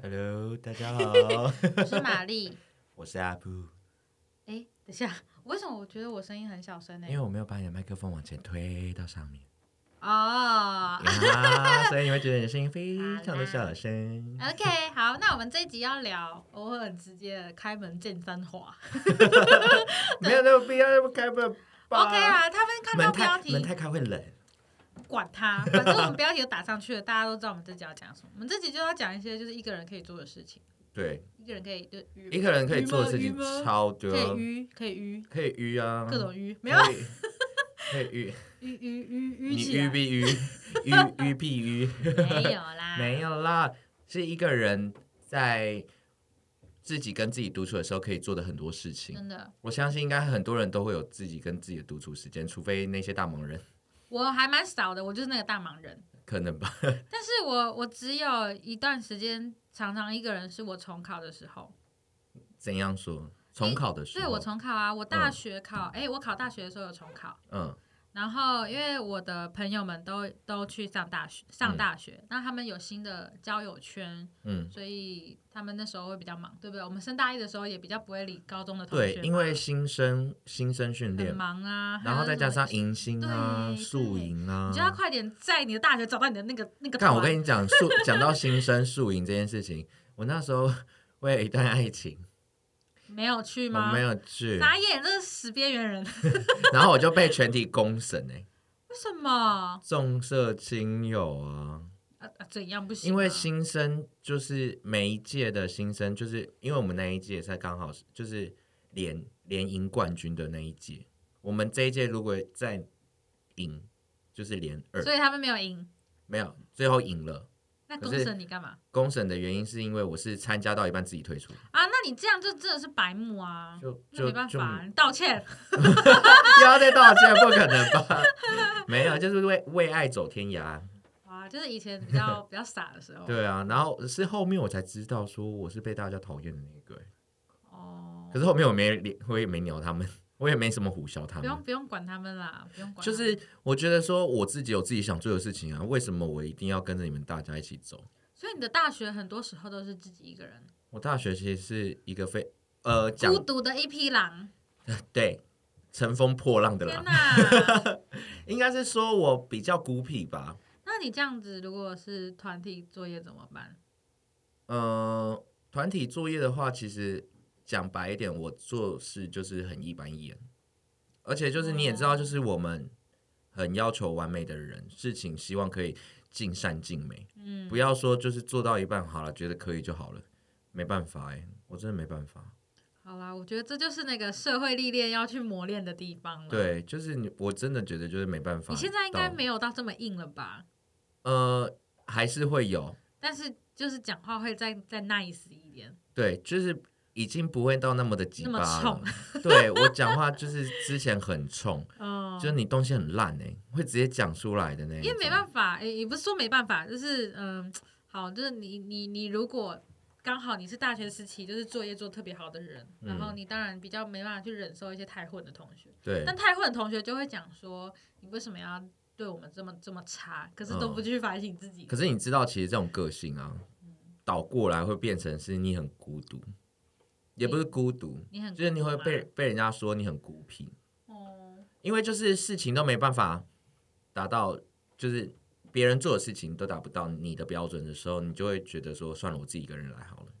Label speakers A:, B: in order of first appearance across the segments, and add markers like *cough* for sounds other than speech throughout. A: Hello，大家
B: *laughs*
A: 好，
B: 我是玛
A: *laughs*
B: 丽。
A: 我是阿布，
B: 哎、等一下，为什么我觉得我声音很小声呢、
A: 因为我没有把你的麦克风往前推到上面，
B: 哦、
A: 啊，所以你会觉得你的声音非常的小声。
B: o k 好，那我们这一集要聊，我会很直接的开门见山话。
A: 没有那么必要，那么开门吧。
B: OK 啊，他们看到标
A: 门太
B: 题，
A: 门太开会冷。
B: 管他，反正我们标题都打上去了，大家都知道我们这集要讲什么。我们这集就要讲一些就是一个人可以做的事情，
A: 对，
B: 一个人可以就鱼
A: 一个人可以做的事情
B: 鱼吗
A: 超多
B: 可，以鱼，可以鱼，
A: 可以鱼啊，
B: 各种鱼，没有
A: 可以，可以鱼，
B: 鱼鱼 *laughs* 鱼鱼
A: 你
B: 起
A: 鱼
B: 来，*laughs*
A: 必鱼，鱼鱼必鱼，
B: 没有啦，
A: 没有啦，是一个人在自己跟自己独处的时候可以做的很多事情。
B: 真的，
A: 我相信应该很多人都会有自己跟自己的独处时间，除非那些大忙人，
B: 我还蛮少的，我就是那个大忙人。
A: 可能吧。
B: 但是我我只有一段时间常常一个人，是我重考的时候。
A: 怎样说？重考的时
B: 对，
A: 候，
B: 我重考啊，我大学考，哎、我考大学的时候有重考。
A: 嗯
B: 然后因为我的朋友们都都去上大学，上大学，那、他们有新的交友圈，
A: 嗯，
B: 所以他们那时候会比较忙，对不对？我们升大一的时候也比较不会理高中的同学
A: 对
B: 嘛，，
A: 因为新生新生训
B: 很
A: 练，
B: 忙啊，
A: 然后再加上
B: 还有
A: 迎新啊、
B: 对
A: 宿营
B: 什么
A: 啊
B: 你就。要快点在你的大学找到你的那个那个
A: 看，
B: 团。
A: 我跟你讲宿讲到新生宿营这件事情，我那时候 *laughs* 为了一段爱情，
B: 没有去
A: 我
B: 吗？
A: 没，有去，
B: 眨眼，这是死边缘人，为
A: 然后我就被全体公审哎、欸，
B: 什么？
A: 重色轻友啊。
B: 啊啊，怎样不行啊、
A: 因为新生就是每一届的新生，就是因为我们那一届才刚好是就是连连赢冠军的那一届，我们这一届如果再赢，就是连二，
B: 所以他们没有赢，
A: 没有最后赢了。
B: 那
A: 可
B: 公
A: 是
B: 审你干嘛
A: 公审的原因是因为我是参加到一半自己退出，
B: 啊？那你这样就真的是白目啊！
A: 就
B: 那
A: 就
B: 没办
A: 就
B: 法啊，你道歉。
A: 又要再道歉，不可能吧？ *laughs* 没有，就是为为爱走天涯。
B: 哦哇，就是以前比
A: *laughs*
B: 较比较傻的时候。
A: 对啊，然后是后面我才知道说我是被大家讨厌的那个欸、
B: 哦，
A: 可是后面我没理，我也没鸟他们，我也没什么胡笑他
B: 不
A: 们。
B: 用不用管他们啦，不用管他们。
A: 就是我觉得说我自己有自己想做的事情啊，为什么我一定要跟着你们大家一起走？
B: 所以你的大学很多时候都是自己一个人，
A: 我大学其实是一个非呃讲
B: 孤独的一匹狼。
A: 对乘风破浪的
B: 天
A: 啦，
B: 哪！
A: *laughs* 应该是说我比较孤僻吧。
B: 那你这样子，如果是团体作业怎么办？
A: 呃，团体作业的话，其实讲白一点，我做事就是很一板一眼，而且就是你也知道，
B: 哦
A: 就是我们很要求完美的人，事情希望可以尽善尽美。
B: 嗯，
A: 不要说就是做到一半好了，觉得可以就好了，没办法哎、我真的没办法。
B: 好啦，我觉得这就是那个社会历练要去磨练的地方了。，
A: 对，就是你，我真的觉得就是没办法
B: 嗯
A: 到。
B: 你现在应该没有到这么硬了吧？
A: 呃，还是会有，
B: 但是就是讲话会再再 nice 一点，
A: 对，就是已经不会到那么的急
B: 那么
A: 巴了。对我讲话就是之前很冲，
B: *laughs* 嗯，
A: 就是你东西很烂哎、会直接讲出来的那一种。
B: 因为没办法，也、也不是说没办法，就是嗯，好，就是你你你如果刚好你是大学时期就是作业做得特别好的人，
A: 嗯
B: 然后你当然比较没办法去忍受一些太混的同学，
A: 对
B: 但太混的同学就会讲说你为什么要对我们这么这么差，可是都
A: 嗯
B: 不去反省自己，
A: 可是你知道，其实这种个性啊，倒过来会变成是你很孤独，也不是孤独，
B: 你很
A: 就是你
B: 孤
A: 会
B: 独
A: 被
B: 吗
A: 被人家说你很孤僻。
B: 哦，
A: 因为就是事情都没办法达到，就是别人做的事情都达不到你的标准的时候，你就会觉得说，算了，我自己一个人来好了。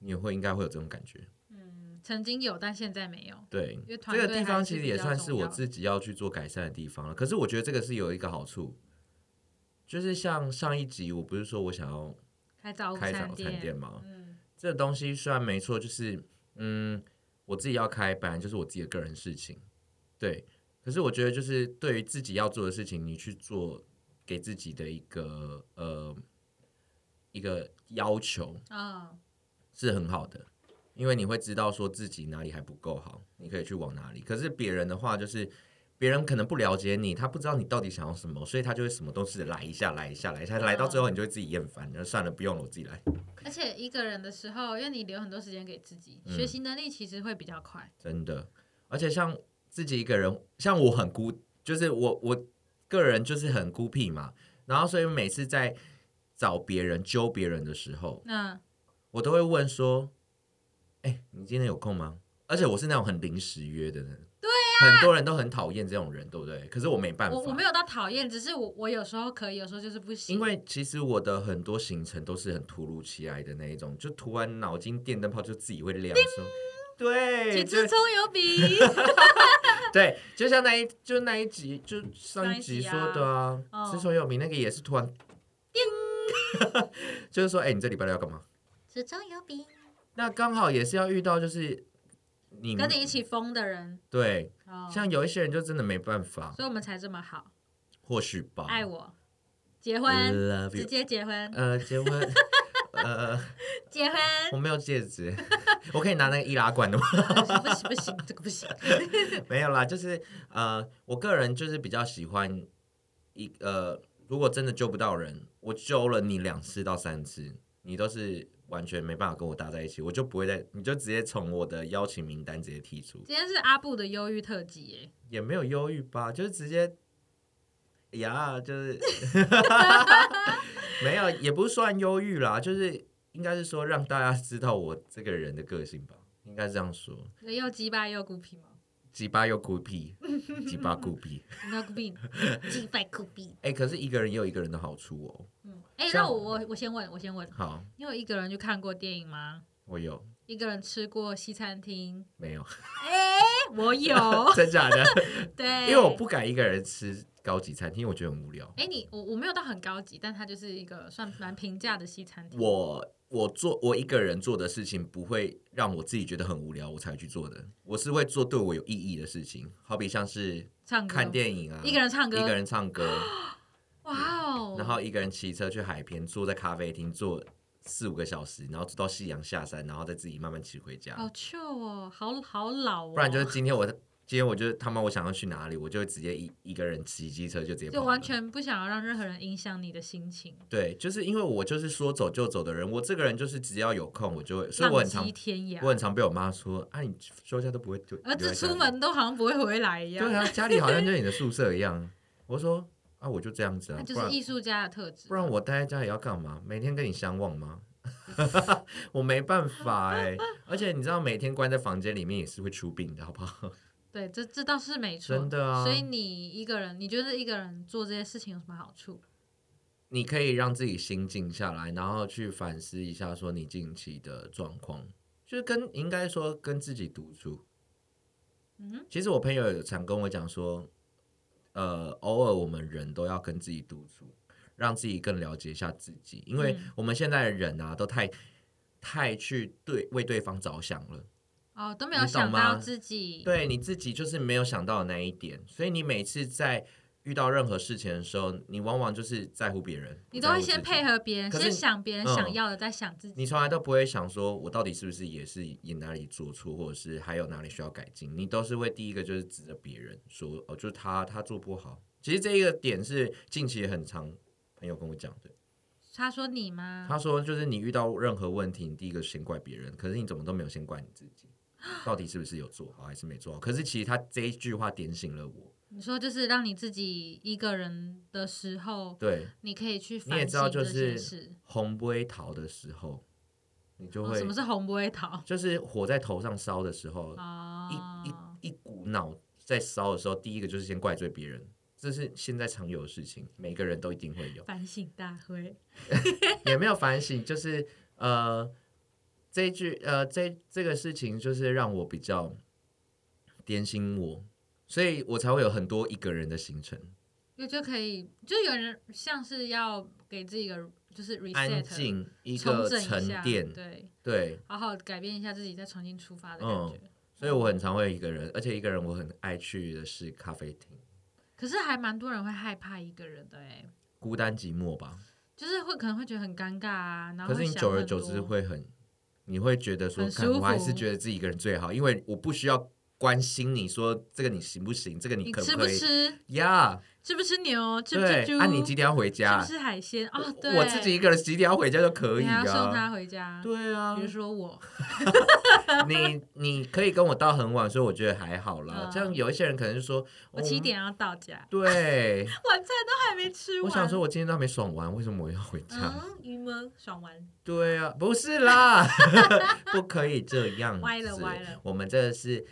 A: 你也会应该会有这种感觉，
B: 嗯，曾经有，但现在没有，
A: 对
B: 因为团
A: 这个
B: 队
A: 地
B: 还
A: 方
B: 是
A: 其实
B: 比
A: 也
B: 较
A: 算
B: 重
A: 是我
B: 要
A: 自己要去做改善的地方了。可是我觉得这个是有一个好处，就是像上一集我不是说我想要
B: 开早午
A: 开早
B: 餐
A: 餐店哦吗？
B: 嗯，
A: 这个东西虽然没错，就是嗯，我自己要开，本来就是我自己的个人事情，对。可是我觉得，就是对于自己要做的事情，你去做，给自己的一个呃一个要求
B: 啊、
A: 是很好的，因为你会知道说自己哪里还不够好，你可以去往哪里。可是别人的话，就是别人可能不了解你，他不知道你到底想要什么，所以他就会什么都是来一下，来一下，来一下，来到最后你就会自己厌烦，然后算了，不用了，我自己来，
B: 而且一个人的时候，因为你留很多时间给自己，
A: 嗯
B: 学习能力其实会比较快。
A: 真的。而且像自己一个人，像我很孤，就是我我个人就是很孤僻嘛，然后所以每次在找别人揪别人的时候，
B: 那
A: 我都会问说，哎、你今天有空吗？而且我是那种很临时约的人，对呀、很多人都很讨厌这种人，对不对？可是我没办法，
B: 啊我我没有到讨厌，只是我我有时候可以，有时候就是不行。
A: 因为其实我的很多行程都是很突如其来的那一种，就突然脑筋电灯泡就自己会亮说，对，
B: 请
A: 就
B: 吃葱油
A: *laughs*
B: 饼，
A: 对，就像那一就那一集就上
B: 上
A: 一
B: 一
A: 集
B: 集
A: 说
B: 啊
A: 的啊，
B: 哦
A: 之所以有名那个也是突然， *laughs* 就是说，哎、你这礼拜六要干嘛？
B: 吃葱油饼，
A: 那刚好也是要遇到就是你
B: 跟你一起疯的人
A: 对，
B: 哦，
A: 像有一些人就真的没办法，
B: 所以我们才这么好，
A: 或许吧。
B: 爱我，结
A: I
B: 婚，
A: love
B: 直
A: you。
B: 接结婚，
A: 呃，结婚， *laughs* 呃，
B: 结
A: *laughs*
B: 婚，
A: 我没有戒指， *laughs* 我可以拿那个易拉罐的吗？
B: 不行不行，这个不行， *laughs*
A: 没有啦，就是呃，我个人就是比较喜欢一呃，如果真的揪不到人，我揪了你两次到三次，你都是完全没办法跟我搭在一起，我就不会再，你就直接从我的邀请名单直接剔除，
B: 今天是阿布的忧郁特辑耶，
A: 也没有忧郁吧，就是直接。呀，就是 *laughs* 没有，也不算忧郁啦，就是应该是说让大家知道我这个人的个性吧，应该这样说，
B: 那又鸡巴又孤僻吗？
A: 鸡巴又孤僻，鸡巴孤僻。
B: 你要孤
A: *laughs*
B: 僻，鸡巴孤僻。
A: 哎、可是一个人也有一个人的好处哦。
B: 嗯，哎、
A: 像
B: 那我我我先问，我先问，
A: 好，
B: 你有一个人去看过电影吗？
A: 我有
B: 一个人吃过西餐厅？
A: 没有？
B: 哎、我有，
A: *laughs* 真假
B: *laughs*
A: 的？
B: 对，
A: 因为我不敢一个人吃高级餐厅，我觉得很无聊。
B: 哎、你我我没有到很高级，但它就是一个算蛮平价的西餐厅。
A: 我我做我一个人做的事情，不会让我自己觉得很无聊，我才去做的。我是会做对我有意义的事情，好比像是
B: 唱歌，
A: 看电影啊，
B: 一个人唱歌，
A: 一个人唱歌，
B: 哇哦，
A: 然后一个人骑车去海边，坐在咖啡厅坐四五个小时，然后直到夕阳下山，然后再自己慢慢骑回家。
B: 好 chill 哦，好好老哦，
A: 不然就是今天我今天我就他妈我想要去哪里，我就会直接一一个人骑机车就直接跑
B: 就
A: 了
B: 完全不想要让任何人影响你的心情，
A: 对，就是因为我就是说走就走的人，我这个人就是只要有空我就会，所以我很
B: 浪
A: 常
B: 迹天
A: 我
B: 涯，
A: 很常被我妈说啊，你休假都不会对，
B: 儿
A: 留
B: 子
A: 在家
B: 出
A: 里
B: 门都好像不会回来一样，
A: 对啊，家里好像就是
B: *laughs*
A: 你的宿舍一样。我说啊，我就这样子啊
B: 那，就
A: 不
B: 是
A: 然
B: 艺术家的特质。
A: 不然我待在家里要干嘛？每天跟你相望吗？ *laughs* 我没办法哎、而且你知道，每天关在房间里面也是会出病的，好不好？
B: 对，这这倒是没错，
A: 真的啊
B: 所以你一个人，你觉得一个人做这些事情有什么好处？
A: 你可以让自己心静下来，然后去反思一下，说你近期的状况，就是跟应该说跟自己独处。
B: 嗯哼，
A: 其实我朋友有常跟我讲说，呃，偶尔我们人都要跟自己独处，让自己更了解一下自己，因为
B: 嗯
A: 我们现在的人啊，都太太去对为对方着想了。
B: 哦，都没
A: 你
B: 有
A: 懂
B: 想
A: 吗
B: 到自己，，
A: 对你自己就是没有想到的那一点，所以你每次在遇到任何事情的时候，你往往就是在乎别人，
B: 你
A: 不
B: 都
A: 在
B: 会
A: 乎
B: 先
A: 自己
B: 配合别人，
A: 可是
B: 先
A: 你
B: 想别人
A: 嗯
B: 想要的，再想自己。
A: 你从来都不会想说我到底是不是也是也哪里做错，或者是还有哪里需要改进，你都是会第一个就是指着别人说哦，就是他他做不好。其实这一个点是近期很常朋友跟我讲的，
B: 他说你吗？
A: 他说就是你遇到任何问题，你第一个先怪别人，可是你怎么都没有先怪你自己，到底是不是有做好还是没做好？可是其实他这一句话点醒了我，
B: 你说就是让你自己一个人的时候，
A: 对，
B: 你可以去
A: 你也
B: 反
A: 知道
B: 省
A: 就
B: 这些
A: 是
B: 事。
A: 红不会逃的时候，你就
B: 哦、
A: 会、
B: 什么哦是红不会逃
A: 就是火在头上烧的时候，一一
B: 啊？，
A: 一股脑在烧的时候，第一个就是先怪罪别人，这是现在常有的事情，每个人都一定会有
B: 反省大会，
A: 也没有反省，就是呃，这一句呃，这这个事情就是让我比较点醒我，所以我才会有很多一个人的行程，
B: 因为就可以，就有人像是要给自己一个就是
A: 安
B: reset，
A: 静一
B: 重
A: 个
B: 整一
A: 沉
B: 下，
A: 淀，
B: 对，
A: 对，
B: 好好改变一下自己，再重新出发的感
A: 嗯
B: 觉。
A: 所以我很常会一个人，而且一个人我很爱去的是咖啡厅，
B: 可是还蛮多人会害怕一个人的哎、
A: 孤单寂寞吧。
B: 就是会可能会觉得很尴尬啊，然后
A: 可
B: 会
A: 是你
B: 想
A: 久而
B: 很
A: 久之
B: 多
A: 会很，你会觉得说，
B: 很
A: 干
B: 舒
A: 我还是
B: 服
A: 觉得自己一个人最好，因为我不需要关心你说这个你行不行，这个你
B: 你
A: 可
B: 吃不
A: 可以？
B: 吃？
A: 呀
B: 吃不吃牛？吃不吃
A: 对，
B: 猪？
A: 啊，你几点要回家？
B: 吃不吃海鲜？啊、对，
A: 我我自己一个人几点要回家就可以
B: 你还要送
A: 啊。
B: 他回家。
A: 对啊
B: 比，如说我，
A: 你你可以跟我到很晚，所以我觉得还好啦。
B: 嗯
A: 这样有一些人可能就说，
B: 我
A: 哦
B: 七。点要到家，
A: 对，
B: 晚餐都还没吃
A: 我
B: 完。
A: 想说，我今天都还没爽完，为什么我要回家？
B: 嗯，郁闷，爽完。
A: 对啊，不是啦， *laughs* 不可以这样子。
B: 歪了歪了
A: 我们这是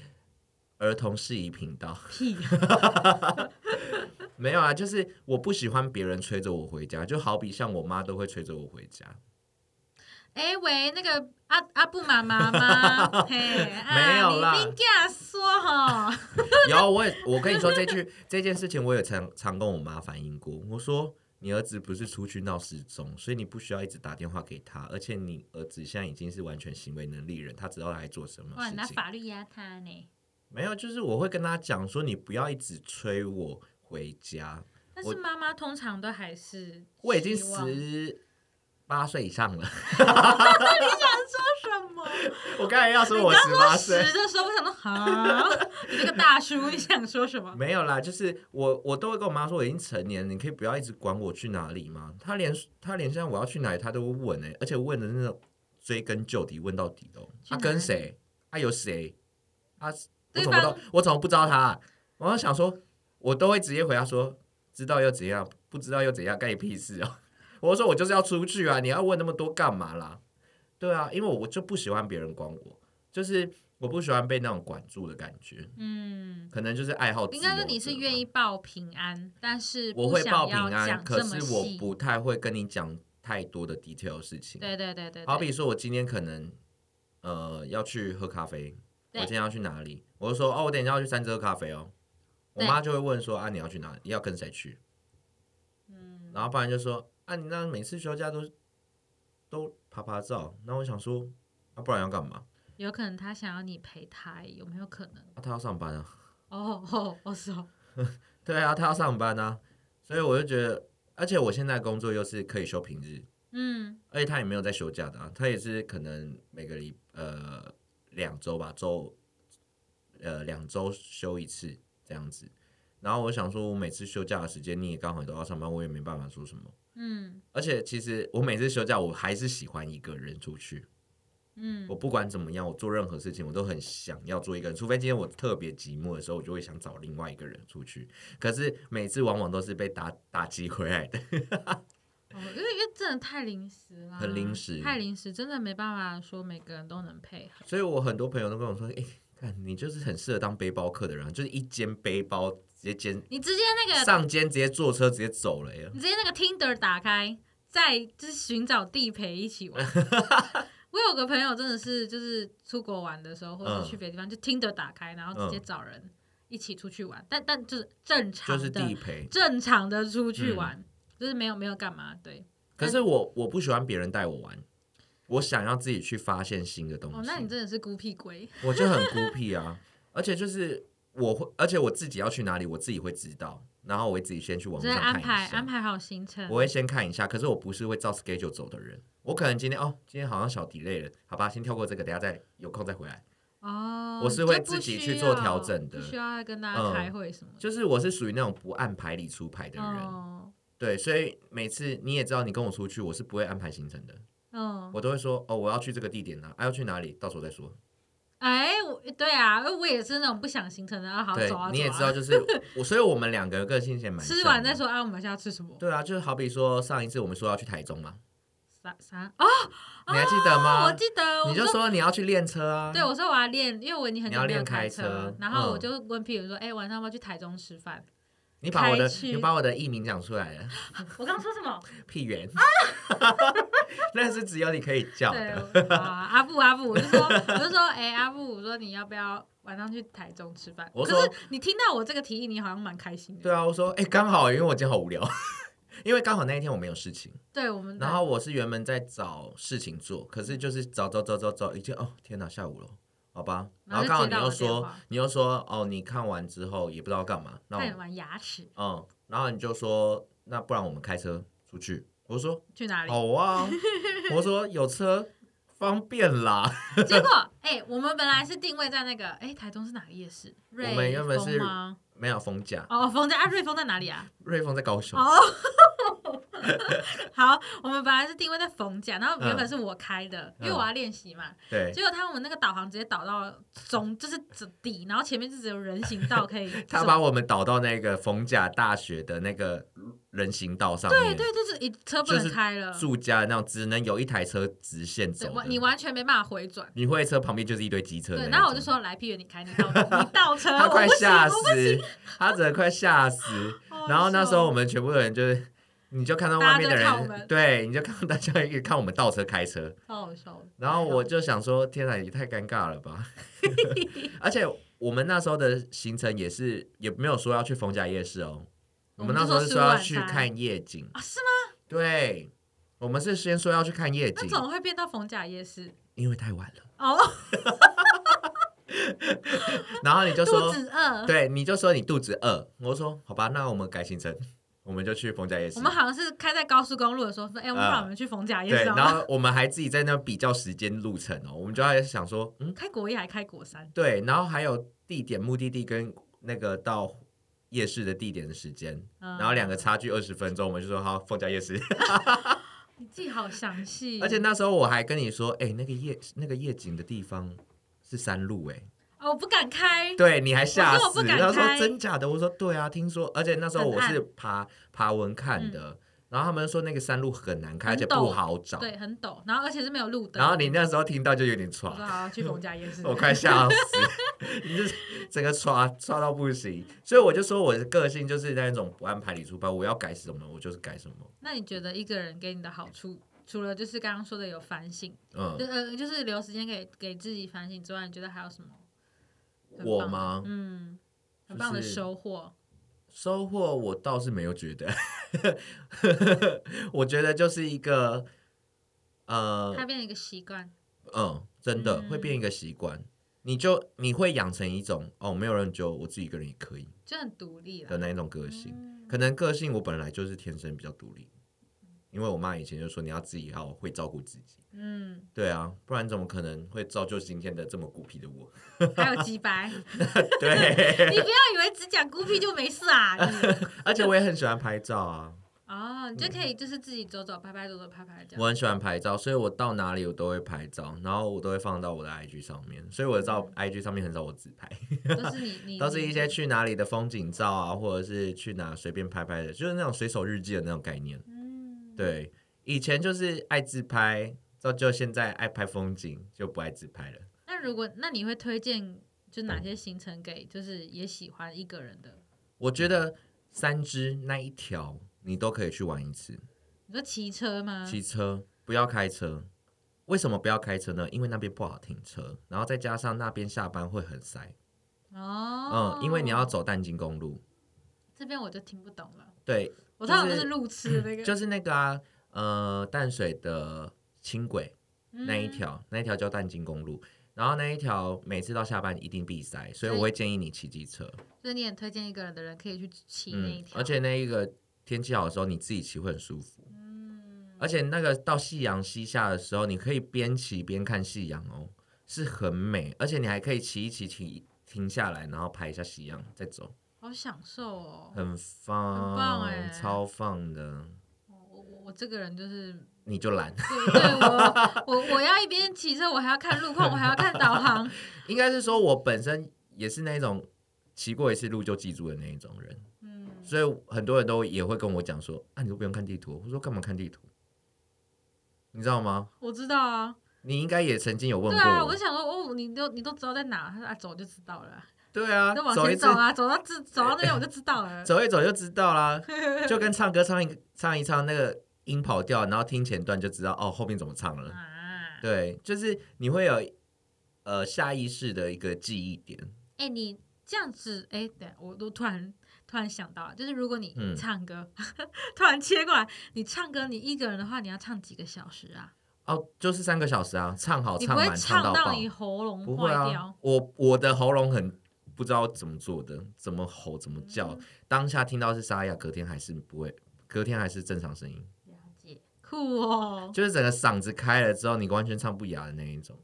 A: 儿童适宜频道， *laughs*
B: 屁， *laughs*
A: 没有啊，就是我不喜欢别人催着我回家，就好比像我妈都会催着我回家。
B: 哎喂，那个阿阿布妈妈
A: *laughs*
B: 吗？嘿，啊、
A: 没有啦
B: 你你这样说
A: *laughs*
B: 哈，
A: 有，我也我跟你说这句 *laughs* 这件事情，我也常常跟我妈反映过。我说你儿子不是出去闹失踪，所以你不需要一直打电话给他，而且你儿子现在已经是完全行为能力人，他知道他在做什么
B: 哇，你拿
A: 事情。
B: 法律压他呢？
A: 没有，就是我会跟他讲说，你不要一直催我回家。
B: 但是妈妈通常都还是
A: 我已经
B: 希望
A: 十 *laughs* 八岁以上了， *laughs*
B: 什么？
A: 我刚才要说
B: 你
A: 我
B: 刚
A: 十八
B: 说
A: 岁。
B: 十的时候，我想说啊，你这个大叔，你想说什
A: *laughs*
B: 么？
A: 没有啦，就是我我都会跟我妈说我已经成年了，你可以不要一直管我去哪里吗？她连她连现在我要去哪里她都会问哎、而且问的那种追根究底问到底的、哦。
B: 去
A: 她、
B: 哪
A: 跟谁？她、有谁？她、我
B: 对
A: 怎么
B: 方
A: 都我怎么不知道她、啊？我就想说，我都会直接回答说，知道又怎样，不知道又怎样，干你屁事哦！ *laughs* 我说我就是要出去啊，你要问那么多干嘛啦？对啊，因为我就不喜欢别人管我，就是我不喜欢被那种管住的感觉。
B: 嗯，
A: 可能就是爱好自由
B: 应
A: 者吧，
B: 该是你是愿意报平安，但是
A: 我
B: 不
A: 会
B: 想
A: 报平
B: 要
A: 安，
B: 讲
A: 可
B: 这么
A: 是我
B: 细。
A: 不太会跟你讲太多的 detail 事情。
B: 对对对对，
A: 好比说，我今天可能呃要去喝咖啡，我
B: 对
A: 今天要去哪里？我就说哦，我等一下要去三只喝咖啡哦。我
B: 对
A: 妈就会问说啊，你要去哪里？要跟谁去？
B: 嗯，
A: 然后不然就说啊，你那每次休假都都拍拍照。那我想说啊，不然要干嘛？
B: 有可能他想要你陪他，有没有可能？
A: 啊，她要上班啊。 *laughs*
B: 哦哦哦，是哦，
A: 对啊，她要上班啊。所以我就觉得，而且我现在工作又是可以休平日，
B: 嗯，
A: 而且他也没有在休假的、啊，他也是可能每个礼呃两周吧，周呃两周休一次这样子。然后我想说，我每次休假的时间你也刚好都要上班，我也没办法说什么。
B: 嗯
A: 而且其实我每次休假，我还是喜欢一个人出去。
B: 嗯
A: 我，不管怎么样，我做任何事情，我都很想要做一个人，除非今天我特别寂寞的时候，我就会想找另外一个人出去。可是每次往往都是被打打击回来的。
B: 哦因为因为真的太临时了，
A: 很临时
B: 太临时，真的没办法说每个人都能配合。
A: 所以我很多朋友都跟我说：“哎、看你就是很适合当背包客的人啊，就是一肩背包直接肩
B: 你直接那个，
A: 上肩，直接坐车直接走了呀。
B: 你直接那个 Tinder 打开，再就是寻找地陪一起
A: *laughs*
B: 玩。我有个朋友真的是，就是出国玩的时候，或者
A: 嗯
B: 是去别的地方，就 Tinder 打开，然后直接
A: 嗯
B: 找人一起出去玩，但但就是正”常的、
A: 就是地陪。嗯
B: 正常的出去玩，就是没有没有干嘛，对。
A: 可是我我不喜欢别人带我玩，我想要自己去发现新的东西。
B: 哦，那你真的是孤僻鬼。
A: *laughs* 我就很孤僻啊，而且就是我会，而且我自己要去哪里，我自己会知道，然后我会自己先去网
B: 就
A: 络
B: 是
A: 上
B: 安
A: 看一
B: 排
A: 下。
B: 安排好行程。
A: 我会先看一下，可是我不是会照 schedule 走的人。我可能今天哦，今天好像小 delay 了，好吧，先跳过这个，等一下再有空再回来。
B: 哦，
A: 我是
B: 就
A: 会
B: 不
A: 自己
B: 需
A: 去做
B: 要
A: 调整的
B: 不需要再跟大家
A: 嗯
B: 开会什么的。
A: 就是我是属于那种不按牌理出牌的人，
B: 哦，
A: 对，所以每次你也知道，你跟我出去，我是不会安排行程的，
B: 嗯，
A: 我都会说哦，我要去这个地点啊，啊要去哪里，到时候再说。
B: 哎，我对啊，我也是那种不想行程的，啊，好好
A: 对
B: 走啊，
A: 你也
B: 走啊
A: 知道，就是
B: *laughs*
A: 我，所以我们两个个性也蛮
B: 吃
A: 像
B: 完
A: 的
B: 再。说啊，我们现在要吃什么？
A: 对啊，就是好比说上一次我们说要去台中嘛，
B: 啥啥？哦，
A: 你还记得吗？
B: 我记得，
A: 你就
B: 我说。
A: 说你要去练车啊，
B: 对，我说我要练，因为我已经很
A: 你
B: 久
A: 要
B: 没有
A: 练开
B: 车
A: 车，
B: 然后
A: 嗯
B: 我就问譬如说，哎，晚上要不要去台中吃饭？
A: 你把我的
B: 开去
A: 你把我的艺名讲出来了，
B: 我刚说什么？啊
A: 屁源， *laughs* 那是只有你可以叫
B: 对
A: 的。，
B: 啊，阿布阿布，我就说，我就说，哎、阿布，我说你要不要晚上去台中吃饭？
A: 我
B: 可
A: 说
B: 是你听到我这个提议，你好像蛮开心的。
A: 对啊，我说哎，刚好，因为我今天好无聊， *laughs* 因为刚好那一天我没有事情。
B: 对，我们的
A: 然后我是原本在找事情做，可是就是找找找找找，已经哦天哪，下午了，好吧。
B: 然
A: 然后
B: 后就
A: 刚
B: 接
A: 好你
B: 到
A: 又
B: 了电
A: 说
B: 话，
A: 你又说哦，你看完之后也不知道干嘛，那
B: 快点
A: 我
B: 玩牙齿
A: 嗯，然后你就说那不然我们开车出去，我说
B: 去哪里？
A: 好啊，我说有车。方便啦。 *laughs*
B: 结果哎、我们本来是定位在那个哎、台中是哪个夜市？瑞
A: 我们原本是
B: 丰吗？
A: 没有逢甲，
B: 哦，丰在啊，瑞丰在哪里啊？
A: 瑞丰在高雄，
B: 哦， *laughs* 好，我们本来是定位在逢甲，然后原本是我开的，因为我要练习嘛。
A: 嗯对，
B: 结果他们那个导航直接导到中，就是底，然后前面就只有人行道
A: *laughs*
B: 可以
A: 他
B: 走
A: 把我们导到那个逢甲大学的那个人行道上
B: 对
A: 面，
B: 对，就是一车不
A: 就
B: 能
A: 是
B: 开了，
A: 住家的那种，只能有一台车直线
B: 对
A: 走的
B: 完你完全没办法回转。
A: 你会车旁边就是一堆机车的
B: 对，
A: 那种，
B: 然后我就说来，屁远，你开，你
A: *laughs*
B: 倒你倒车，
A: 他
B: 我
A: 快
B: 不行，
A: 吓
B: 我
A: 死
B: 不行。，
A: 他真的快吓死。
B: *laughs* 好
A: 然后那时
B: 笑哦
A: 候我们全部的人就是，你就看到外面的
B: 大家都看我
A: 人，
B: 们
A: 对，你就看到大家一直看我们倒车开车，
B: 超好笑的。
A: 然后我就想说，天哪，也太尴尬了
B: *laughs*
A: 吧！而且我们那时候的行程也是也没有说要去逢甲夜市哦，我
B: 我
A: 们
B: 们
A: 那
B: 就
A: 时候
B: 说
A: 是
B: 吃
A: 说要
B: 晚
A: 去
B: 餐
A: 看夜景，
B: 啊，是吗？
A: 对，我们是先说要去看夜
B: 那
A: 景
B: 怎，么会变到逢甲夜市？
A: 因为太晚了，
B: 哦，
A: 然后你就
B: *laughs* 肚
A: 说，
B: 子饿。
A: 对，你就说你肚子饿，我说好吧，那我们改行程，我们就去逢甲夜市
B: 我。们好像哦是开在高速公路的时候说，哎、我们
A: 啊
B: 不然我们去逢甲夜
A: 对，
B: 市好
A: 然
B: 吗？
A: 后我们还自己在那比较时间路程哦，我们就在想说，嗯，
B: 开国一还开国三，
A: 对，然后还有地点、目的地跟那个到夜市的地点的时间，
B: 嗯
A: 然后两个差距二十分钟，我们就说好放假夜市。
B: 你记好详细。
A: 而且那时候我还跟你说，哎、那个夜那个夜景的地方是山路、哎，
B: 哦，我不敢开，
A: 对，你还吓
B: 我说我
A: 死，
B: 不敢
A: 他说
B: 开
A: 真假的，我说对啊，听说，而且那时候
B: 很
A: 我是
B: 暗
A: 爬爬文看
B: 嗯
A: 的，然后他们说那个山路很难开，而
B: 很
A: 且不
B: 陡
A: 好找。
B: 对，很陡，然后而且是没有路灯。
A: 然后你那时候听到就有点
B: 我说
A: 抓，
B: 好去逢甲夜市，
A: *laughs* 我快吓死， *laughs* 你这整个抓抓到不行。所以我就说我的个性就是那种不按牌理出牌，我要改什么我就是改什么。
B: 那你觉得一个人给你的好处，除了就是刚刚说的有反省，就
A: 嗯，
B: 呃就是留时间给给自己反省之外，你觉得还有什么？很
A: 我
B: 棒的
A: 吗
B: 嗯，
A: 就
B: 很棒的
A: 是
B: 收获。
A: 收获我倒是没有觉得， *laughs* 我觉得就是一个呃
B: 它变成一个习惯，
A: 嗯，真的会变一个习惯，你就你会养成一种哦，没有人揪，我自己一个人也可以
B: 就很独立
A: 的
B: 了。
A: 那一种个性。
B: 嗯
A: 可能个性我本来就是天生比较独立，因为我妈以前就说你要自己要会照顾自己，
B: 嗯，
A: 对啊，不然怎么可能会造就今天的这么孤僻的我？ *laughs*
B: 嗯还有几白，你
A: 对，
B: 不要以为只讲孤僻就没事
A: *laughs*
B: 啊。你
A: 而且我也很喜欢拍照啊，
B: 哦，你就可以就是自己走走拍拍，走走拍拍这样。
A: 我很喜欢拍照，所以我到哪里我都会拍照，然后我都会放到我的 IG 上面，所以我的照 IG 上面很少我自拍，
B: 都是你你
A: *laughs* 都是
B: 你
A: 一些去哪里的风景照啊，或者是去哪随便拍拍的，就是那种随手日记的那种概念。
B: 嗯，
A: 对，以前就是爱自拍，造就现在爱拍风景，就不爱自拍了。
B: 那如果那你会推荐就
A: 嗯
B: 哪些行程给就是也喜欢一个人的？
A: 我觉
B: 嗯
A: 得三支那一条你都可以去玩一次，
B: 你说骑车吗？
A: 骑车不要开车。为什么不要开车呢？因为那边不好停车，然后再加上那边下班会很塞，
B: 哦，
A: 嗯，因为你要走淡金公路，
B: 这边我就听不懂了，
A: 对，
B: 我
A: 就
B: 通常都
A: 是
B: 是路痴的那个，
A: *laughs* 就是那个啊，呃，淡水的轻轨那一
B: 嗯
A: 条，那一条叫淡金公路，然后那一条每次到下班一定必塞，所
B: 所
A: 以
B: 以
A: 我会建议你骑机车，
B: 所以你很推荐一个人的人可以去骑那一
A: 嗯，
B: 条，
A: 而且那一个天气好的时候你自己骑会很舒服，
B: 嗯，
A: 而且那个到夕阳西下的时候，你可以边骑边看夕阳哦，是很美，而且你还可以骑一骑骑停下来，然后拍一下夕阳再走，
B: 好享受哦。
A: 很放，
B: 很棒哎
A: 超放的，
B: 哦我我我这个人就是，
A: 你就懒。 *laughs*
B: 对对我 *laughs* 我我要一边骑车，我还要看路况，我还要看导航， *laughs*
A: 应该是说我本身也是那种骑过一次路就记住的那一种人，
B: 嗯，
A: 所以很多人都也会跟我讲说：“啊，你都不用看地图。”我说：“干嘛看地图？”你知道吗？
B: 我知道啊，
A: 你应该也曾经有问
B: 对
A: 过
B: 啊，
A: 我
B: 我就想说，哦，你都你都知道在哪，他说啊走就知道了啊，
A: 对啊
B: 你就，往
A: 走一
B: 前
A: 次
B: 走啊，走到这走到那边我就知道了。
A: *laughs* 走一走就知道啦，
B: *laughs*
A: 就跟唱歌唱一唱一唱那个音跑调，然后听前段就知道哦后面怎么唱了。
B: 啊，
A: 对，就是你会有呃下意识的一个记忆点。
B: 哎、你这样子，哎、等下我都突然突然想到了，啊就是如果你
A: 嗯
B: 唱歌， *laughs* 突然切过来，你唱歌你一个人的话，你要唱几个小时啊？
A: 哦，就是三个小时啊，唱好
B: 你不
A: 唱
B: 会
A: 满
B: 唱
A: 到爆。
B: 你喉咙
A: 不会
B: 坏
A: 啊
B: 掉？，
A: 我我的喉咙很不知道怎么做的，怎么吼怎么
B: 嗯
A: 叫，当下听到是沙哑，隔天还是不会，隔天还是正常声音。
B: 了解，酷哦，
A: 就是整个嗓子开了之后，你完全唱不哑的那一种，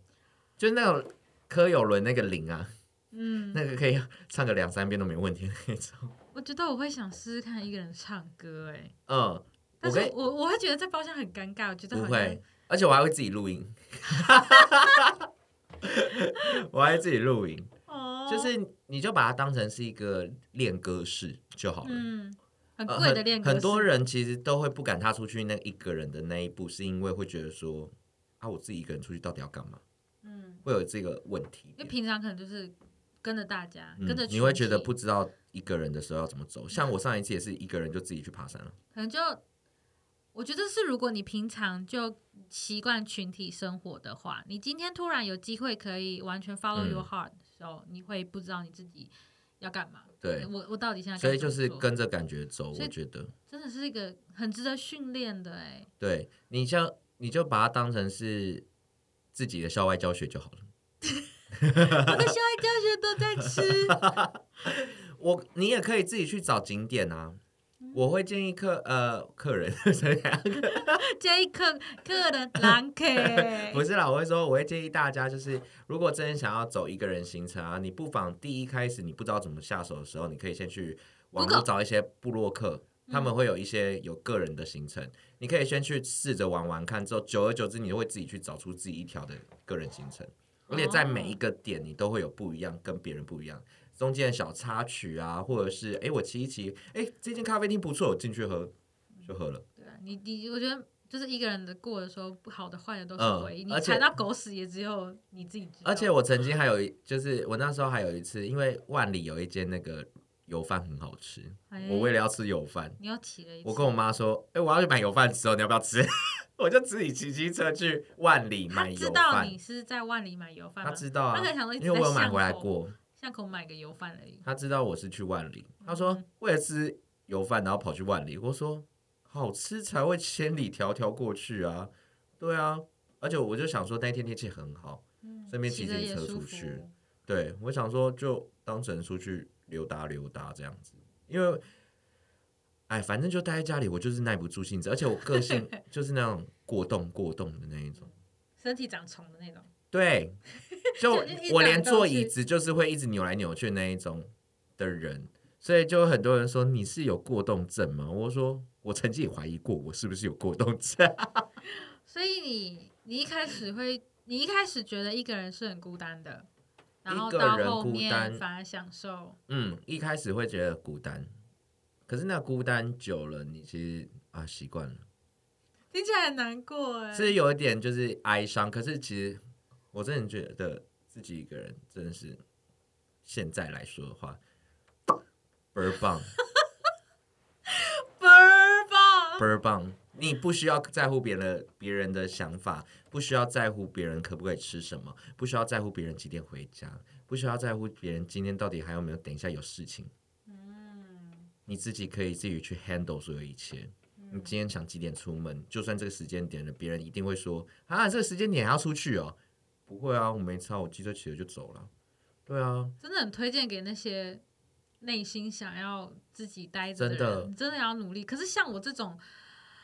A: 就是那种柯有伦那个铃啊，
B: 嗯，
A: 那个可以 *laughs* 唱个两三遍都没问题的那种。
B: 我觉得我会想试试看一个人唱歌，哎， *laughs*
A: 嗯，
B: 但
A: 我
B: 是
A: 跟
B: 我我会觉得在包厢很尴尬，我觉得
A: 不
B: 好像
A: 会，而且我还会自己录音， *laughs* 我还会自己录音，
B: 哦，
A: 就是你就把它当成是一个练歌室就好了。
B: 嗯，很
A: 呃
B: 贵的练歌
A: 很，很多
B: 室
A: 人其实都会不敢踏出去那一个人的那一步，是因为会觉得说啊，我自己一个人出去到底要干嘛？
B: 嗯，
A: 会有这个问题
B: 因为
A: 点。
B: 平常可能就是跟着大家，
A: 嗯
B: 跟着
A: 你会觉
B: 群
A: 得
B: 体
A: 不知道一个人的时候要怎么走。像我上一次也是一个人就自己去爬山了。
B: 可能就我觉得是，如果你平常就习惯群体生活的话，你今天突然有机会可以完全 follow your
A: 嗯
B: heart 的时候，你会不知道你自己要干嘛。
A: 对，
B: 我我到底现在该
A: 所以
B: 怎
A: 就
B: 么
A: 是
B: 做
A: 跟着感觉走，
B: 所
A: 我
B: 以
A: 觉得。
B: 真的是一个很值得训练的哎、
A: 对你像你就把它当成是自己的校外教学就好了。
B: 我的校外教学都在吃，
A: *laughs* 我你也可以自己去找景点啊。
B: 嗯
A: 我会建议客呃客人 *laughs* 怎样
B: 这一刻客的狼 K，
A: *laughs* 不是啦，我会说我会建议大家就是，如果真的想要走一个人行程啊，你不妨第一开始你不知道怎么下手的时候，你可以先去网络
B: Google
A: 找一些部落客。他们会有一些有个人的行程，你可以先去试着玩玩看，之后久而久之，你会自己去找出自己一条的个人行程，而且在每一个点你都会有不一样，跟别人不一样，中间的小插曲啊，或者是哎、诶我骑一骑，哎、这间咖啡厅不错，我进去喝就喝了，
B: 对啊，你你我觉得。就是一个人的过的时候，不好的坏的都
A: 嗯
B: 是回忆。你
A: 而且
B: 踩到狗屎也只有你自己知道。
A: 而且我曾经还有一，就是我那时候还有一次，因为万里有一间那个油饭很好吃，
B: 哎
A: 我为了要吃油饭，
B: 你又起了一次，
A: 我跟我妈说，哎、我要去买油饭吃哦，你要不要吃？ *laughs* 我就自己骑机车去万里
B: 他
A: 买
B: 知
A: 油
B: 道
A: 饭
B: 你。是在万里买油饭吗？
A: 她知道啊
B: 他可能想说，
A: 因为我有买回来，过，
B: 巷口买个油饭而已。
A: 她知道我是去万里。她
B: 嗯
A: 说为了吃油饭，然后跑去万里。我说好吃才会千里迢迢过去啊，对啊。而且我就想说那天天气很好，
B: 嗯
A: 顺便
B: 骑
A: 骑
B: 着
A: 自己
B: 也
A: 车
B: 舒
A: 出
B: 服
A: 去对，我想说就当成出去溜达溜达这样子，因为，哎，反正就待在家里，我就是耐不住性子，而且我个
B: *laughs*
A: 性就是那种过动过动的那一种。
B: 身体长虫的那种。 *laughs*
A: 对，就
B: 就一
A: 我
B: 打
A: 连
B: 都
A: 坐
B: 是
A: 椅子就是会一直扭来扭去那一种的人，所以就很多人说你是有过动症吗？我说我曾经也怀疑过我是不是有过动症， *laughs*
B: 所以你你一开始会，你一开始觉得一个人是很孤单的，然后
A: 一个
B: 到
A: 人
B: 后
A: 孤单
B: 面反而享受。
A: 嗯，一开始会觉得孤单，可是那孤单久了，你其实啊习惯了。
B: 听起来很难过哎，
A: 是有一点就是哀伤，可是其实我真的觉得自己一个人真的是现在来说的话，倍儿棒，
B: 倍儿棒
A: 倍。儿棒。你不需要在乎别人的别人的想法，不需要在乎别人可不可以吃什么，不需要在乎别人几点回家，不需要在乎别人今天到底还有没有等一下有事情，
B: 嗯
A: 你自己可以自己去 handle 所有一切。你
B: 嗯
A: 今天想几点出门，就算这个时间点了，别人一定会说啊，这个时间点还要出去哦。不会啊，我没差，我机车骑了就走了。对啊，
B: 真的很推荐给那些内心想要自己待着
A: 真的
B: 人，你真的要努力。可是像我这种，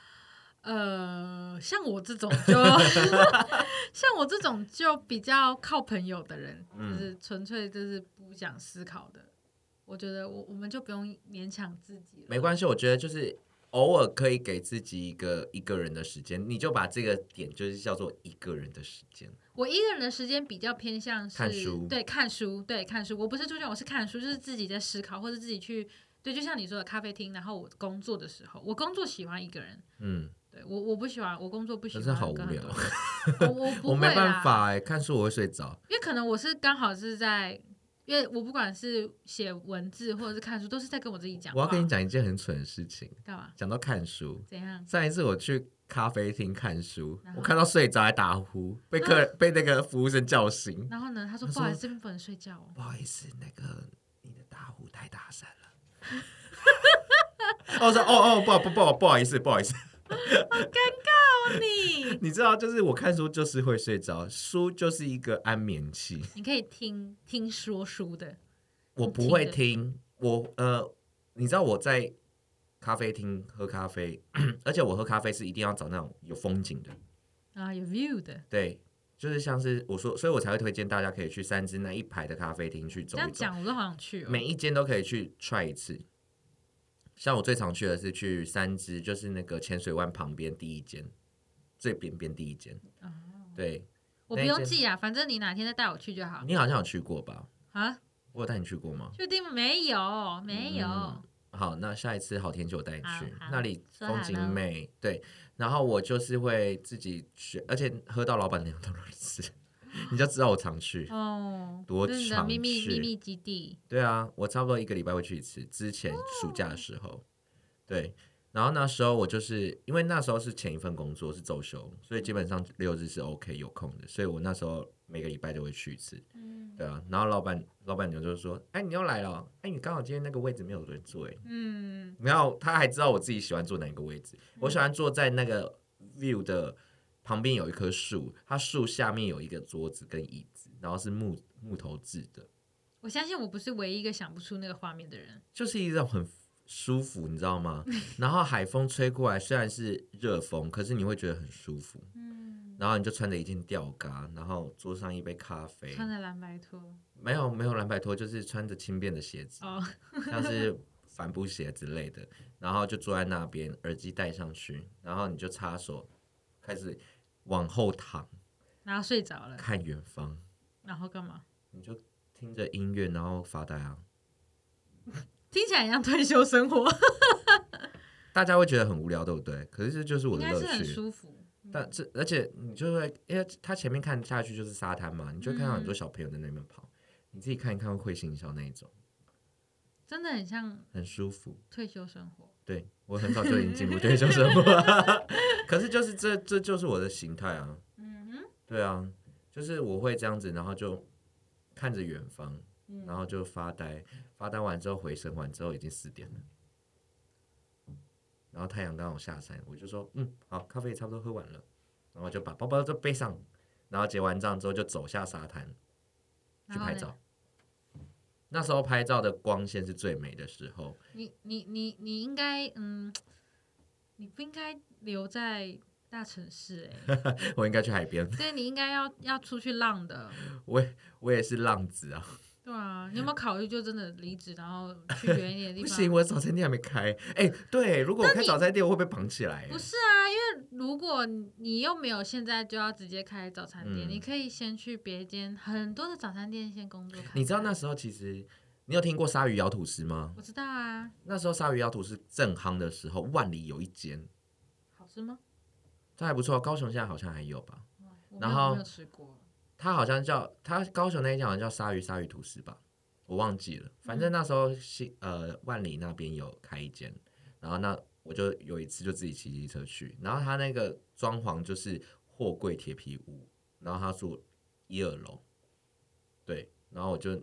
A: *laughs*
B: 呃，像我这种就 *laughs* 像我这种就比较靠朋友的人，
A: 嗯
B: 就是纯粹就是不想思考的。我觉得我我们就不用勉强自己了，
A: 没关系，我觉得就是偶尔可以给自己一个一个人的时间，你就把这个点就是叫做一个人的时间。
B: 我一个人的时间比较偏向是
A: 看书
B: 对看书，对看书。我不是出去，我是看书，就是自己在思考，或者自己去对，就像你说的咖啡厅。然后我工作的时候，我工作喜欢一个人，
A: 嗯，
B: 对我我不喜欢，我工作不喜
A: 可
B: 欢，
A: 是好无
B: 跟很
A: 聊
B: 多，人哦我我不
A: *laughs* 我
B: 会
A: 没
B: 啦
A: 办，法哎，看书我会睡着。
B: 因为可能我是刚好是在，因为我不管是写文字或者是看书，都是在跟我自己讲
A: 我
B: 话。
A: 要跟你讲一件很蠢的事情，
B: 干嘛？
A: 讲到看书，
B: 怎样？
A: 上一次我去咖啡厅看书
B: 然，后啊
A: 我看到睡着还打呼，被客、被那个服务生叫醒。
B: 然后呢？他说
A: 他
B: 不好意
A: 说
B: 思，这边不能睡觉哦。
A: 不好意思，那个你的打呼太大声了。 *laughs* 我说哦哦，不好不不好不好意思不好意思，
B: 你 *laughs*
A: 你知道就是我看书就是会睡着，书就是一个安眠器，
B: 你可以听听说书的，
A: 我不会听，我呃，你知道我在咖啡厅喝咖啡， *clears throat* 而且我喝咖啡是一定要找那种有风景的，
B: 啊，有 view 的。
A: 对，就是像是我说，所以我才会推荐大家可以去三芝那一排的咖啡厅去
B: 这
A: 走一
B: 样
A: 走，
B: 讲我都好想去哦。
A: 每一间都可以去 try 一次。像我最常去的是去三芝，就是那个浅水湾旁边第一间，最边边第一间。
B: 哦
A: 对
B: 我
A: 那
B: 不
A: 一
B: 用
A: 间
B: 记啊，反正你哪天再带我去就好
A: 你好像有去过吧？
B: 啊。
A: 我有带你去过吗？
B: 确定没有？没有。
A: 嗯好，那下一次好天气我带你
B: 好
A: 去
B: 好，
A: 那里
B: 说
A: 风
B: 好
A: 景
B: 了
A: 美。对，然后我就是会自己去，而且喝到老板 *laughs* 娘都认识，你就知道我常去。
B: 哦，
A: 嗯多
B: 这是你的
A: 尝
B: 秘密
A: 试
B: 秘密基地，
A: 对啊，我差不多一个礼拜会去一次。之前暑假的时候，对，然后那时候我就是因为那时候是前一份工作是周休，所以基本上六日是 OK 有空的，所以我那时候每个礼拜都会去一次。
B: 嗯
A: 对啊，然后老板老板娘就说：“哎，你又来了哦，哎，你刚好今天那个位置没有人坐，哎。”
B: 嗯，
A: 然后他还知道我自己喜欢坐哪个位置，我喜欢坐在那个 view 的旁边有一棵树，它树下面有一个桌子跟椅子，然后是木木头制的，
B: 我相信我不是唯一一个想不出那个画面的人。
A: 就是一种很舒服，你知
B: *laughs*
A: 道吗？然后海风吹过来，虽然是热风，可是你会觉得很舒服。
B: 嗯，
A: 然后你就穿着一件吊嘎，然后桌上一杯咖啡，
B: 穿着蓝白拖
A: 没有没有蓝白拖，就是穿着轻便的
B: *laughs*
A: 鞋子，
B: 哦，
A: 像是帆布鞋之类的，然后就坐在那边，耳机戴上去，然后你就插手，开始往后躺，
B: 然后睡着了，
A: 看远方，
B: 然后干嘛？
A: 你就听着音乐，然后发呆啊。
B: 听起来很像退休生活，
A: 大家会觉得很无聊，对不对？可是这就是我
B: 应
A: 的
B: 该是
A: 乐
B: 很
A: 趣。
B: 舒服。
A: 但这而且你就会，因为它前面看下去就是沙滩嘛，你就会看到很多
B: 嗯
A: 小朋友在那边跑，你自己看一看会会心一笑那一种，
B: 真的很像
A: 很舒服。
B: 退休生活。
A: 对我很早就已经进入退休生活， *laughs* 可是就是这这就是我的形态啊。
B: 嗯哼，
A: 对啊，就是我会这样子，然后就看着远方，
B: 嗯
A: 然后就发呆，发呆完之后回神完之后已经四点了，然后太阳刚好下山，我就说嗯好，咖啡也差不多喝完了，然后就把包包就背上，然后结完账之后就走下沙滩去
B: 然后
A: 拍
B: 呢
A: 照。那时候拍照的光线是最美的时候，
B: 你你你你应该嗯，你不应该留在大城市哎、
A: *laughs*
B: 欸，
A: 我应该去海边，
B: 对，你应该要要出去浪的。
A: 我也我也是浪子啊，
B: 对啊，你有没有考虑就真的离职，然后去远一点的地
A: *laughs* 不
B: 方？
A: 行，我的早餐店还没开，哎、对，如果我开早餐店，我会被绑起来、哎
B: 不是啊，因为如果你又没有现在就要直接开早餐店，
A: 嗯
B: 你可以先去别间很多的早餐店先工作看看。
A: 你知道那时候其实你有听过鲨鱼咬吐司吗？
B: 我知道啊，
A: 那时候鲨鱼咬吐司正夯的时候，万里有一间，
B: 好吃吗？
A: 它还不错。高雄现在好像还有吧？
B: 哇我没
A: 然
B: 有
A: 后
B: 我没有吃过，
A: 它好像叫它高雄那一家好像叫鲨鱼鲨鱼吐司吧，我忘记了。反正那时候西呃万里那边有开一间，然后那我就有一次就自己骑机车去，然后它那个装潢就是货柜铁皮屋，然后它住一二楼，对，然后我就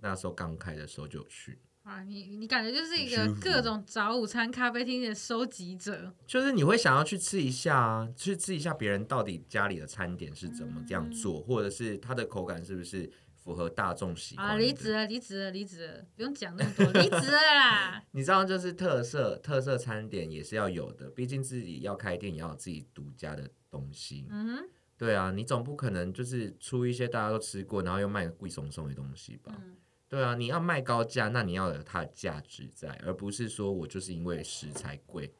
A: 那时候刚开的时候就有去，
B: 啊，你你感觉就是一
A: 很
B: 个
A: 舒服
B: 各种早午餐咖啡厅的收集者，
A: 就是你会想要去吃一下啊，去吃一下别人到底家里的餐点是怎么这
B: 嗯
A: 样做，或者是它的口感是不是符合大众喜
B: 啊，
A: 欢
B: 离职
A: 的。
B: 了，离职了，离职了，不用讲那么多，离职了
A: *laughs*
B: 啦。
A: 你知道，就是特色特色餐点也是要有的，毕竟自己要开店，也要有自己独家的东西。
B: 嗯
A: 对啊，你总不可能就是出一些大家都吃过，然后又卖贵松松的东西吧？
B: 哼，
A: 对啊，你要卖高价，那你要有它的价值在，而不是说我就是因为食材贵，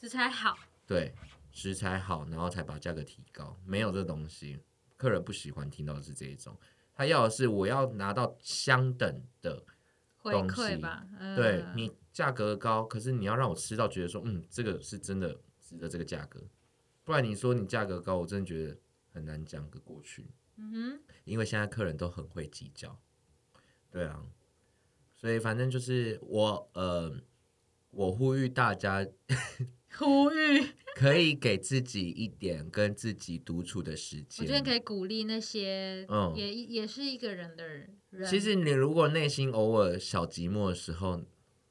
B: 食材好，
A: 对，食材好，然后才把价格提高，没有这东西，客人不喜欢听到的是这一种，他要的是我要拿到相等的，
B: 回
A: 东西
B: 馈吧。嗯、
A: 对你价格高，可是你要让我吃到觉得说，嗯，这个是真的值得这个价格，不然你说你价格高，我真的觉得很难讲得过去，
B: 嗯
A: 因为现在客人都很会计较，对啊，所以反正就是我呃，我呼吁大家
B: 哼，呼吁，
A: 可以给自己一点跟自己独处的时
B: 我
A: 间。
B: 觉得可以鼓励那些，
A: 嗯
B: 也也是一个人的人。
A: 其实你如果内心偶尔小寂寞的时候，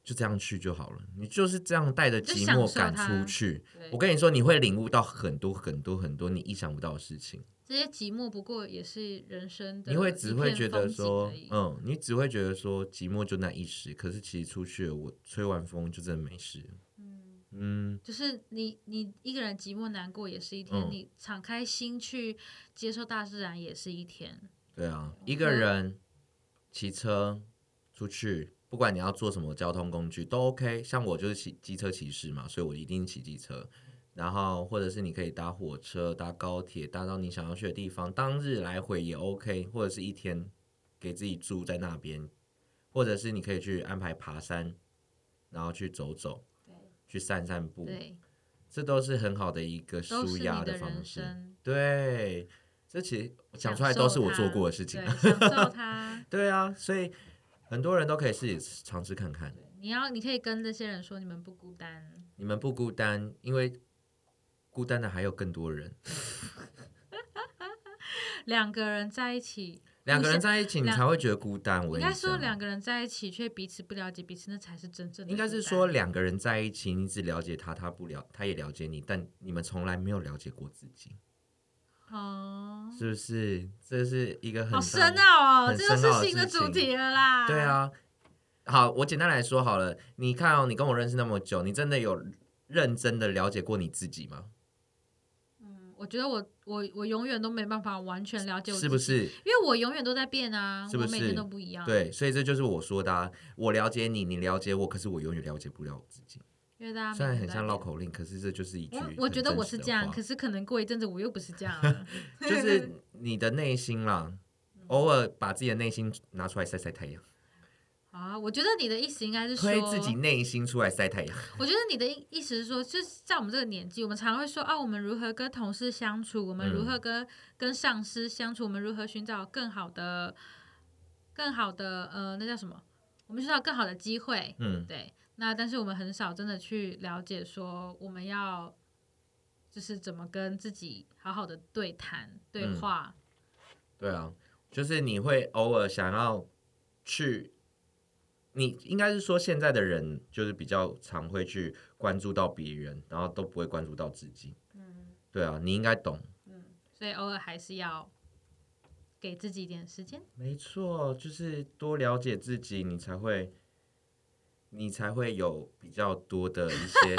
A: 就这样去就好了。你就是这样带着寂寞感出去。
B: 对，
A: 我跟你说，你会领悟到很多很多很多你意想不到的事情。
B: 这些寂寞不过也是人生的，
A: 你会只会觉得说，嗯，你只会觉得说寂寞就那一时，可是其实出去了我吹完风就真的没事了。
B: 嗯，
A: 嗯，
B: 就是你你一个人寂寞难过也是一天，
A: 嗯
B: 你敞开心去接受大自然也是一天，
A: 对啊，
B: 嗯
A: 一个人骑车出去，不管你要坐什么交通工具都 OK。像我就是骑机车骑士嘛，所以我一定骑机车。然后或者是你可以搭火车、搭高铁，搭到你想要去的地方，当日来回也 OK，或者是一天给自己住在那边，或者是你可以去安排爬山，然后去走走，
C: 对，
A: 去散散步，
B: 对，
A: 这都是很好的一个
B: 都
A: 舒
B: 是你
A: 压
B: 的人
A: 方式。
B: 生。
A: 对，这其实讲
B: 享
A: 出来都是
B: 受
A: 我做
B: 它
A: 过的事情。
B: 对，
A: *laughs*
B: 享受它。
A: 对啊，所以很多人都可以自己尝试看看，
B: 你要，你可以跟这些人说，你们不孤单。
A: 你们不孤单，因为孤单的还有更多人。
B: 两个人在一起，
A: 两个人在一起，你
B: 两
A: 才会觉得孤单。我
B: 应
A: 跟你
B: 该说
A: 讲
B: 两个人在一起却彼此不了解彼此，那才是真正的孤单。
A: 应该是说两个人在一起，你只了解他，他不了，他也了解你，但你们从来没有了解过自己，
B: 哦，
A: 是不是？这是一个很
B: 好深
A: 大的。
B: 奥哦，
A: 很
B: 这又
A: 深奥
B: 是
A: 的
B: 新的
A: 事
B: 主
A: 情
B: 题了啦。
A: 对，啊，好，我简单来说好了。你看哦，你跟我认识那么久，你真的有认真的了解过你自己吗？
C: 嗯，
B: 我觉得我我我永远都没办法完全了解我，
A: 是不？是？
B: 因为我永远都在变啊，
A: 是不
B: 我每
A: 是
B: 天都不一样。，
A: 对，所以这就是我说的、啊，我了解你，你了解我，可是我永远了解不了我自己。
B: 因为大家每
A: 虽然
B: 天
A: 很
B: 都在
A: 像绕
B: 变。
A: 口令，可是这就是一句
B: 我我
A: 很
B: 觉得
A: 真
B: 我
A: 实
B: 是
A: 的
B: 这样，
A: 话
B: 可是可能过一阵子我又不是这样了。 *laughs*
A: 就是你的内心啦，
B: 嗯
A: 偶尔把自己的内心拿出来晒晒太阳，
B: 啊，我觉得你的意思应该是说
A: 推自己内心出来晒太阳。 *laughs*
B: 我觉得你的意意思是说，就是在我们这个年纪，我们常会说啊，我们如何跟同事相处，我们如
A: 嗯
B: 何跟、跟上司相处，我们如何寻找更好的、更好的呃，那叫什么？我们寻找更好的机会，
A: 嗯，
B: 对。那但是我们很少真的去了解说我们要就是怎么跟自己好好的对谈对
A: 嗯
B: 话，
A: 对啊，就是你会偶尔想要去，你应该是说现在的人就是比较常会去关注到别人，然后都不会关注到自己。
C: 嗯
A: 对啊，你应该懂。
C: 嗯，
B: 所以偶尔还是要给自己一点时间。
A: 没错，就是多了解自己，你才会，你才会有比较多的一
B: *laughs*
A: 些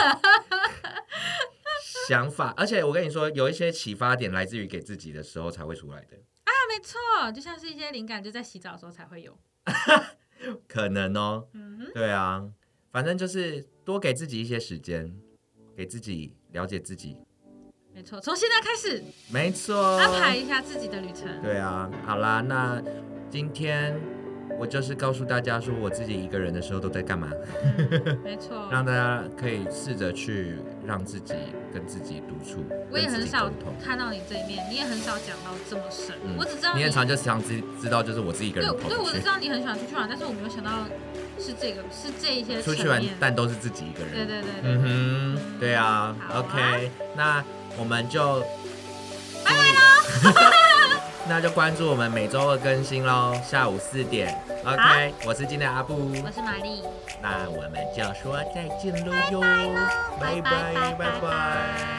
A: 想法。而且我跟你说，有一些启发点来自于给自己的时候才会出来的，
B: 啊，没错，就像是一些灵感，就在洗澡的时候才会有。
A: 可能哦。
B: 嗯哼。
A: 对啊，反正就是多给自己一些时间，给自己了解自己。
B: 没错，从现在开始
A: 没错，
B: 安排。一下自己的旅程。
A: 对啊，好啦，那今天我就是告诉大家说，我自己一个人的时候都在干嘛。
B: 嗯没错，
A: 让大家可以试着去让自己跟自己独处，
B: 我也
A: 跟自
B: 很
A: 己
B: 少
A: 沟通
B: 看到你这一面，你也很少讲到这么深。
A: 嗯
B: 我只知道
A: 你很常就想知知道，就是我自己一个
B: 对
A: 人跑
B: 对，我
A: 出
B: 只
A: 去
B: 知，道你很喜欢出去玩，但是我没有想到是这个是这一些
A: 出去
B: 层
A: 玩
B: 面，
A: 但都是自己一个人。
B: 对对对对对，
A: 嗯哼，对啊
B: 好啊
A: o k 那我们就拜拜 *laughs* 那就关注我们每周二更新喽，下午四点。OK，我是今天的阿布，
B: 我是玛丽，
A: 那我们就说再见喽哟，
B: 拜拜
A: 拜拜拜拜。